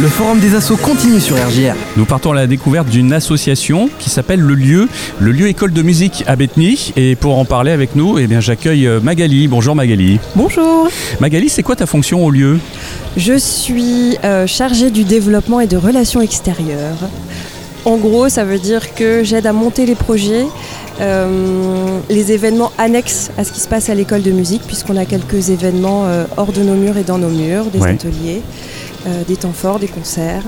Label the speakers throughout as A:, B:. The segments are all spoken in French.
A: Le forum des assos continue sur RGR.
B: Nous partons à la découverte d'une association qui s'appelle Le Lieu, Le Lieu École de Musique à Bétheny. Et pour en parler avec nous, eh bien, j'accueille euh, Magali. Bonjour Magali.
C: Bonjour,
B: Magali, c'est quoi ta fonction au lieu
C: je suis euh, chargée du développement et de relations extérieures. En gros, ça veut dire que j'aide à monter les projets, euh, les événements annexes à ce qui se passe à l'école de musique, puisqu'on a quelques événements euh, hors de nos murs et dans nos murs, des
B: Ouais.
C: ateliers, euh, des temps forts, des concerts.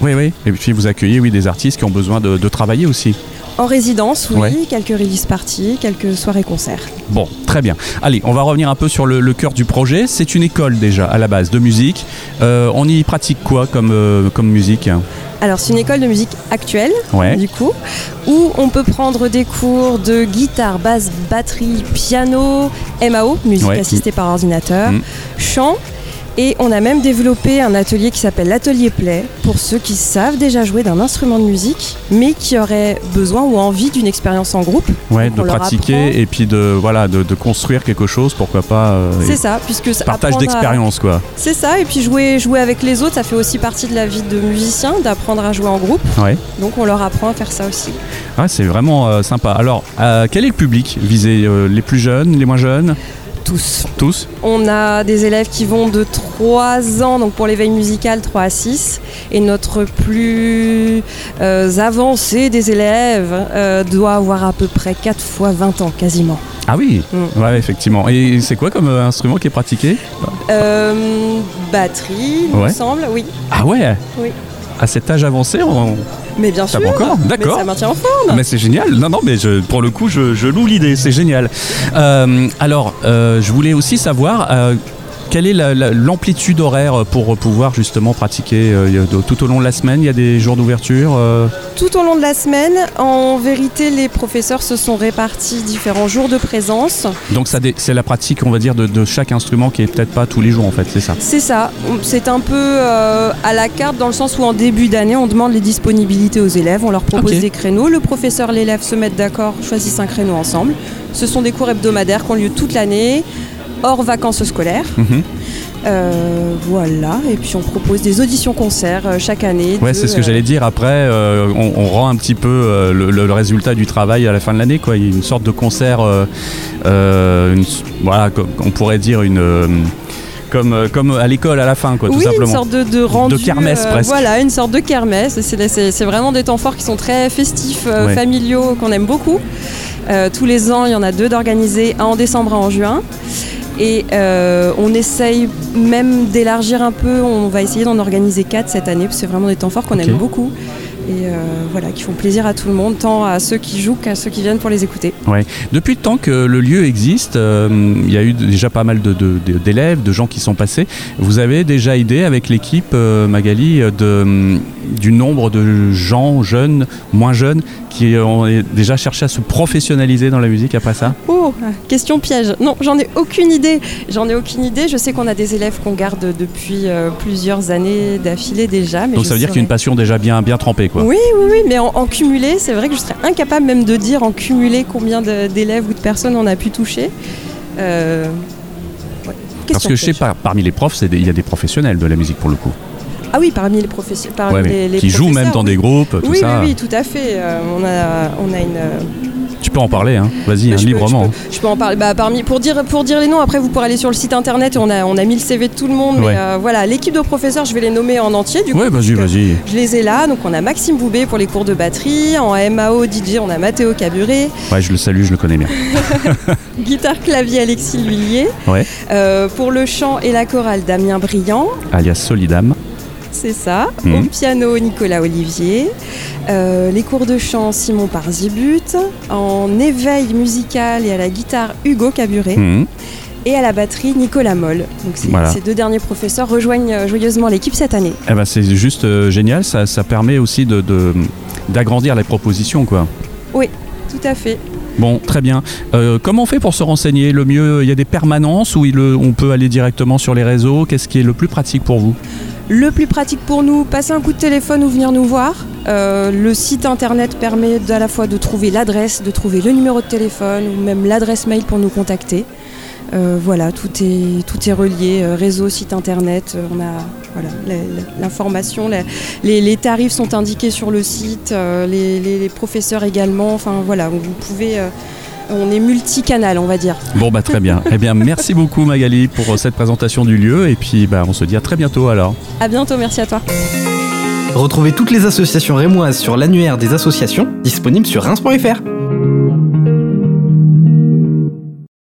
B: Oui, oui. Et puis vous accueillez oui, des artistes qui ont besoin de, de travailler aussi.
C: En résidence, oui,
B: Ouais.
C: quelques release parties, quelques soirées concerts.
B: Bon, très bien. Allez, on va revenir un peu sur le, le cœur du projet. C'est une école déjà à la base de musique. Euh, on y pratique quoi comme, euh, comme musique
C: Alors, c'est une école de musique actuelle,
B: Ouais.
C: du coup, où on peut prendre des cours de guitare, basse, batterie, piano, MAO, musique
B: Ouais.
C: assistée par ordinateur,
B: Mm.
C: chant. Et on a même développé un atelier qui s'appelle l'atelier Play pour ceux qui savent déjà jouer d'un instrument de musique, mais qui auraient besoin ou envie d'une expérience en groupe.
B: Ouais,
C: On
B: de
C: leur apprend.
B: pratiquer et puis de voilà de, de construire quelque chose, pourquoi pas. euh, et
C: C'est ça, puisque ça-
B: Partage
C: apprendre à-
B: d'expérience quoi.
C: C'est ça, et puis jouer, jouer avec les autres, ça fait aussi partie de la vie de musicien, d'apprendre à jouer en groupe.
B: Ouais.
C: Donc on leur apprend à faire ça aussi.
B: Ouais, c'est vraiment euh, sympa. Alors, euh, quel est le public visé euh, Les plus jeunes, les moins jeunes
C: Tous.
B: Tous
C: On a des élèves qui vont de 3 ans, donc pour l'éveil musical 3 à 6, et notre plus euh, avancé des élèves euh, doit avoir à peu près 4 fois 20 ans quasiment.
B: Ah oui
C: Mm.
B: Ouais, effectivement. Et c'est quoi comme euh, instrument qui est pratiqué
C: Euh, batterie, il me
B: Ouais.
C: semble, oui.
B: Ah ouais
C: Oui.
B: À cet âge avancé, on...
C: Mais bien
B: Ça
C: sûr,
B: va encore
C: mais
B: D'accord.
C: ça maintient en forme.
B: mais c'est génial. Non, non, mais je, pour le coup, je, je loue l'idée, c'est génial. Euh, alors, euh, je voulais aussi savoir euh, quelle est la- la- l'amplitude horaire pour pouvoir justement pratiquer euh, il y a de- tout au long de la semaine. Il y a des jours d'ouverture. euh,
C: Tout au long de la semaine, en vérité, les professeurs se sont répartis différents jours de présence.
B: donc ça, dé- c'est la pratique, on va dire, de, de chaque instrument qui est peut-être pas tous les jours en fait, c'est ça.
C: C'est ça, c'est un peu euh, à la carte dans le sens où en début d'année on demande les disponibilités aux élèves, on leur propose
B: Ok.
C: des créneaux, le professeur, l'élève se mettent d'accord, choisissent un créneau ensemble. Ce sont des cours hebdomadaires qui ont lieu toute l'année, hors vacances scolaires.
B: Mhm.
C: Euh, voilà, et puis on propose des auditions concerts euh, chaque année.
B: Ouais,
C: de,
B: c'est ce que
C: euh,
B: j'allais dire. Après, euh, on, on rend un petit peu euh, le, le- le résultat du travail à la fin de l'année. Quoi. Il y a une sorte de concert, euh, euh, une s- voilà, co- on pourrait dire une, euh, comme, euh, comme à l'école à la fin, quoi, tout
C: oui,
B: simplement.
C: une sorte de, de rendu. euh,
B: kermesse, presque.
C: Voilà, une sorte de kermesse. Et C'est, c'est- c'est vraiment des temps forts qui sont très festifs, euh,
B: Ouais.
C: familiaux, qu'on aime beaucoup. Euh, tous les ans, il y en a deux d'organisés, un en décembre, un en juin. Et euh, on essaye même d'élargir un peu. On va essayer d'en organiser quatre cette année, parce que c'est vraiment des temps forts qu'on
B: Ok.
C: aime beaucoup. Et euh, voilà, qui font plaisir à tout le monde, tant à ceux qui jouent qu'à ceux qui viennent pour les écouter.
B: Depuis le temps que le lieu existe, euh, il y a eu déjà pas mal de, de- de- d'élèves, de gens qui sont passés. Vous avez déjà idée avec l'équipe, euh, Magali, euh, de, du nombre de gens jeunes, moins jeunes, qui ont déjà cherché à se professionnaliser dans la musique après ça
C: Oh, question piège. Non, j'en ai aucune idée. J'en ai aucune idée. Je sais qu'on a des élèves qu'on garde depuis euh, plusieurs années d'affilée déjà. Mais
B: Donc
C: je
B: ça veut dire qu'il y a
C: saurais-
B: une passion déjà bien, bien trempée quoi.
C: Oui, oui, oui, mais en, en cumulé, c'est vrai que je serais incapable même de dire en cumulé combien de- d'élèves ou de personnes on a pu toucher. Euh, ouais.
B: Parce
C: Question
B: que je sais
C: piège.
B: pas, parmi les profs, c'est des- il y a des professionnels de la musique pour le coup.
C: Ah oui, parmi les professeurs. Parmi
B: Ouais, mais
C: Ah, les, les
B: qui jouent même
C: professeurs,
B: dans des groupes, tout
C: oui,
B: ça.
C: oui, oui, tout à fait. Euh, on, a, on a une. euh,
B: Tu peux en parler, hein. vas-y,
C: Mais
B: hein,
C: Bah, je peux-
B: librement.
C: je, peux, je peux en parler. Bah, parmi, pour, dire, pour dire les noms, après vous pourrez aller sur le site internet, on a, on a mis le CV de tout le monde. mais,
B: Ouais.
C: euh, voilà, l'équipe de professeurs, je vais les nommer en entier du coup.
B: Ouais, vas-y,
C: parce que
B: vas-y.
C: Je les ai là, donc on a Maxime Boubé pour les cours de batterie, en MAO DJ on a Mathéo Caburé,
B: Ouais, je le salue, je le connais bien.
C: guitare clavier Alexis Lhuillier,
B: Ouais.
C: Euh, pour le chant et la chorale Damien Briand,
B: Alias Solidam.
C: c'est ça,
B: Mhm.
C: au piano Nicolas Olivier, Euh, les cours de chant Simon Parzibut, en éveil musical et à la guitare Hugo Caburé.
B: Mhm.
C: et à la batterie Nicolas Moll. Donc ces,
B: Voilà.
C: ces deux derniers professeurs rejoignent euh, joyeusement l'équipe cette année.
B: Eh ben, c'est juste euh, génial, ça, ça permet aussi de, de- d'agrandir les propositions. quoi.
C: Tout à fait.
B: Bon, très bien. Euh, comment on fait pour se renseigner Le mieux, il y a des permanences où il, euh, on peut aller directement sur les réseaux Qu'est-ce qui est le plus pratique pour vous
C: Le plus pratique pour nous, passer un coup de téléphone ou venir nous voir. Euh, le site internet permet à la fois de trouver l'adresse, de trouver le numéro de téléphone ou même l'adresse mail pour nous contacter. Euh, voilà, tout est, tout est relié, euh, réseau, site internet, euh, on a voilà, la- la- l'information, la- les, les tarifs sont indiqués sur le site, euh, les, les- les professeurs également, enfin voilà, vous pouvez, euh, on est multicanal on va dire.
B: Bon, bah très bien. eh bien, merci beaucoup Magali pour euh, cette présentation du lieu. Et puis, bah, on se dit à très bientôt alors.
C: À bientôt, merci à toi.
A: Retrouvez toutes les associations rémoises sur l'annuaire des associations disponible sur Reims.fr.